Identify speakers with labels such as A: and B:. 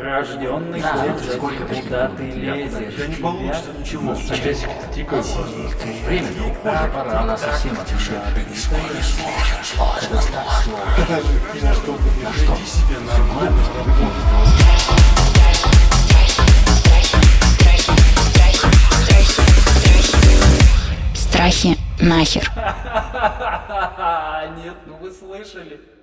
A: Рожденный
B: Да,
A: слепцем,
B: сколько ты
A: куда ты лезешь?
C: Да не получится ничего.
D: Опять как-то тикают.
B: Время не уходит, но она совсем отошла.
E: Страхи нахер.
A: Ха-ха-ха, нет, ну вы слышали.